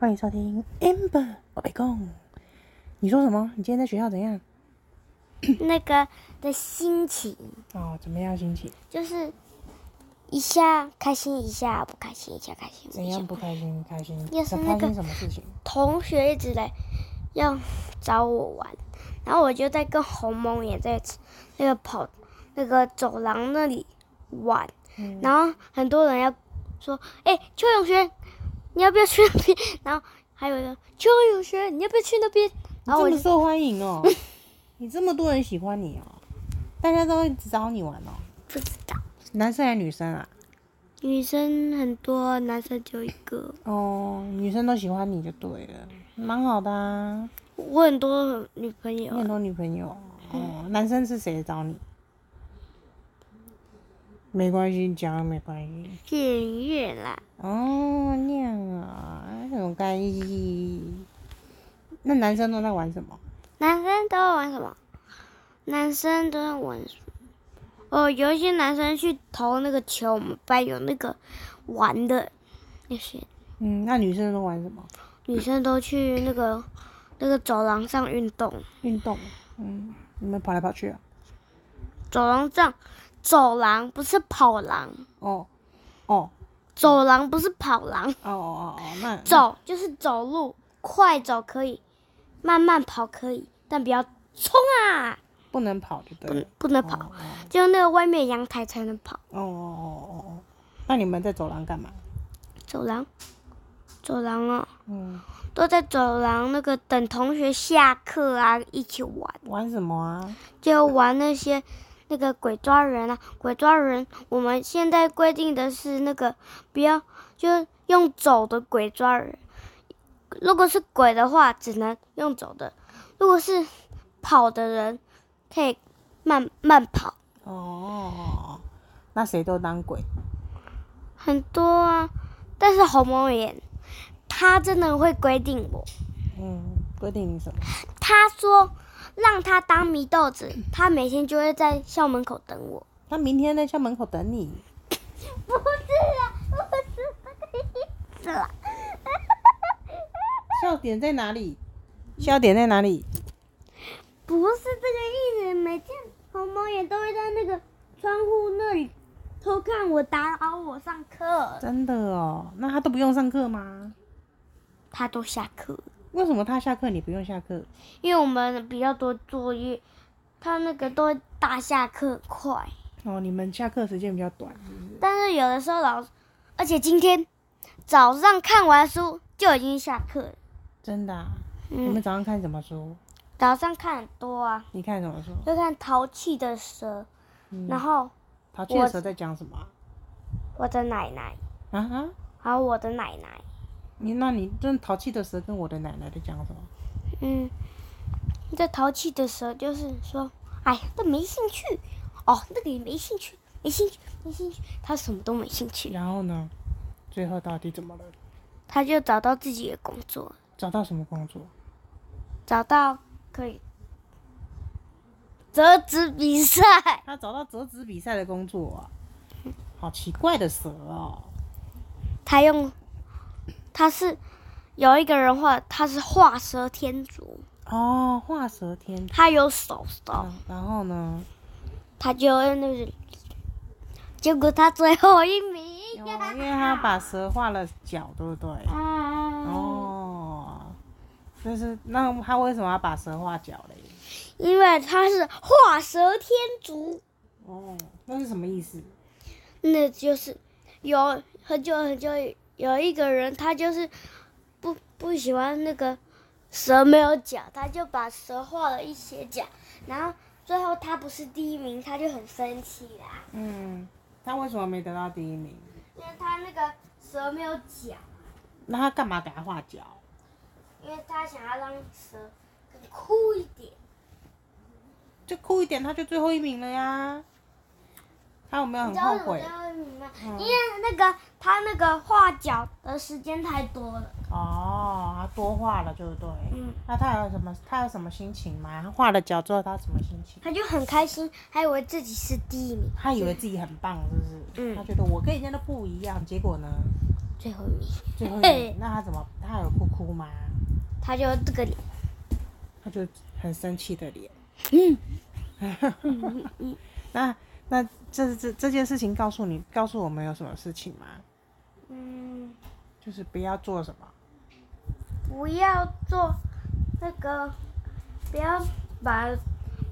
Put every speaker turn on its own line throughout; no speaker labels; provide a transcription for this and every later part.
欢迎收听 Amber 我被供。你说什么？你今天在学校怎样？
那个的心情，
哦，怎么样心情？
就是一下开心一下不开心，一下开心
怎
一下
样。不开心？开心？
要是
在
那
开心
个
什么 事情？
同学一直来要找我玩，然后我就在跟红蒙也在那个跑那个走廊那里玩，
嗯
然后很多人要说：“哎、邱永学，你要不要去那边？”然后还有人：“邱永学，你要不要去那边？”
你
然后
这
我
么
就
受欢迎哦，你这么多人喜欢你哦，大家都会找你玩哦，
不知道，
男生还是女生啊？
女生很多，男生就一个。
哦，女生都喜欢你就对了，蛮好的啊。
我很多女朋友
你很
啊，
多女朋友哦，男生是谁找你？没关系，讲没关系。
见月啦。
哦，那样啊，很干系。那男生都在玩什么？
男生都会玩什么？男生都会玩什么哦，有一些男生去投那个球，我们班有那个玩的那些
嗯，那女生都玩什么？
女生都去那个那个走廊上运动，
运动。嗯，你们跑来跑去啊？
走廊上走廊不是跑廊，
哦，哦，
走廊不是跑廊，
哦哦哦，那
走就是走路，快走可以，慢慢跑可以，但不要冲啊，
不能跑就对了。
不能
哦
跑，就那个外面阳台才能跑。
哦哦哦哦哦，那你们在走廊干嘛？
走廊，走廊哦。
嗯，
都在走廊那个等同学下课啊，一起玩，
玩什么啊？
就玩那些那个鬼抓人啊，鬼抓人。我们现在规定的是那个不要，就用走的鬼抓人。如果是鬼的话，只能用走的；如果是跑的人，可以慢慢跑。
哦哦，哦那谁都当鬼。
很多啊，但是红毛眼他真的会规定我。
嗯，规定你什么？
他说让他当迷豆子，他每天就会在校门口等我。
他明天在校门口等你。
不是啦，不是那个意思啦。
笑点在哪里？笑点在哪里？
不是这个意思，每天红毛也都会在那个窗户那里偷看我，打扰我上课。
真的哦，那他都不用上课吗？
他都下课，
为什么他下课你不用下课？
因为我们比较多作业，他那个都会大下课快。
哦，你们下课时间比较短。
但是有的时候老，而且今天早上看完书就已经下课了。
真的、啊？你
嗯
们，早上看什么书？
早上看很多啊。
你看什么书？
就看淘气的蛇，然后
淘气的时候在讲什么啊？
我的奶奶，
啊啊！
还有我的奶奶，
你那你真淘气的蛇跟我的奶奶在讲什么？
嗯，这淘气的蛇就是说，哎呀，这没兴趣，哦，那个也没兴趣，没兴趣，没兴趣，他什么都没兴趣，
然后呢？最后到底怎么了？
他就找到自己的工作，
找到什么工作？
找到可以折纸比赛，
他找到折纸比赛的工作啊！好奇怪的蛇哦！
他用，他是有一个人画，他是画蛇添足，
哦，画蛇添足。
他有手手。
然后呢？
他就用那个，结果他最后一名。
哦因为他把蛇画了脚，对不对？
啊，
哦，就是那他为什么要把蛇画脚嘞？
因为他是画蛇添足，
哦，那是什么意思？
那就是有很久很久以有一个人，他就是不不喜欢那个蛇没有脚，他就把蛇画了一些脚，然后最后他不是第一名，他就很生气啦，
嗯，他为什么没得到第一名？
因为他那个蛇没有脚，
那他干嘛给他画脚？
因为他想要让蛇更酷一点。
就酷一点，他就最后一名了呀。他有没有很
你知道
后
为
悔
什么最？后一嗯名吗？因为那个他那个画脚的时间太多了。
哦，他多画了，对不对？
嗯。
那他有什么？他有什么心情吗？他画了脚之后，他什么心情？
他就很开心，还以为自己是第一名，
他以为自己很棒，是不是？
嗯
他觉得我跟人家都不一样，结果呢，
最后一名。
最后一名， 那他怎么？他有哭哭吗？
他就这个脸，
他就很生气的脸。
嗯，
嗯 那那这这这件事情告诉你，告诉我们有什么事情吗？
嗯，
就是不要做什么。
不要做那个，不要把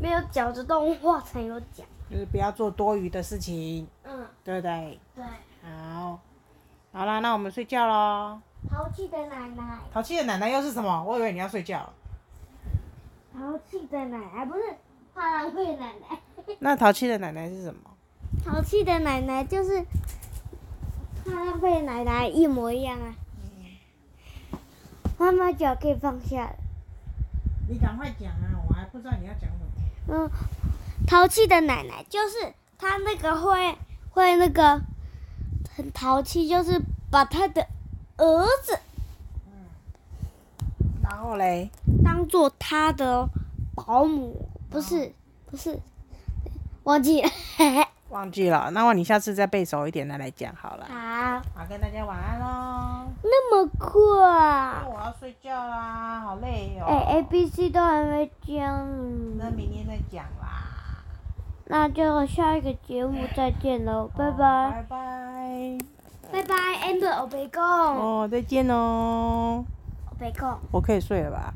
没有脚的动物画成有脚。
就是不要做多余的事情，
嗯，
对不对？
对。
好，好啦，那我们睡觉喽。
淘气的奶奶，
淘气的奶奶又是什么？我以为你要睡觉了。
淘气的奶奶不是怕浪费奶奶。
那淘气的奶奶是什么？
淘气的奶奶就是怕浪费奶奶一模一样啊。妈妈脚可以放下了。
你赶快讲啊，我还不知道你要讲什么。
嗯，淘气的奶奶就是她那个会会那个很淘气，就是把她的儿子
然后嘞，
当做她的哦保姆，不是不是，忘记了。
忘记了，那我你下次再背熟一点再来讲好了。
啊，
好，跟大家晚安喽。
那么
那
快！
哦我要睡觉啦，好累哦。
啊哎，A B C 都还没讲呢
那明天再讲啦。
那就下一个节目再见喽，拜
哦
拜，
拜拜。
拜拜，Amber 欧贝贡，
哦，再见哦。
欧贝贡。
我可以睡了吧？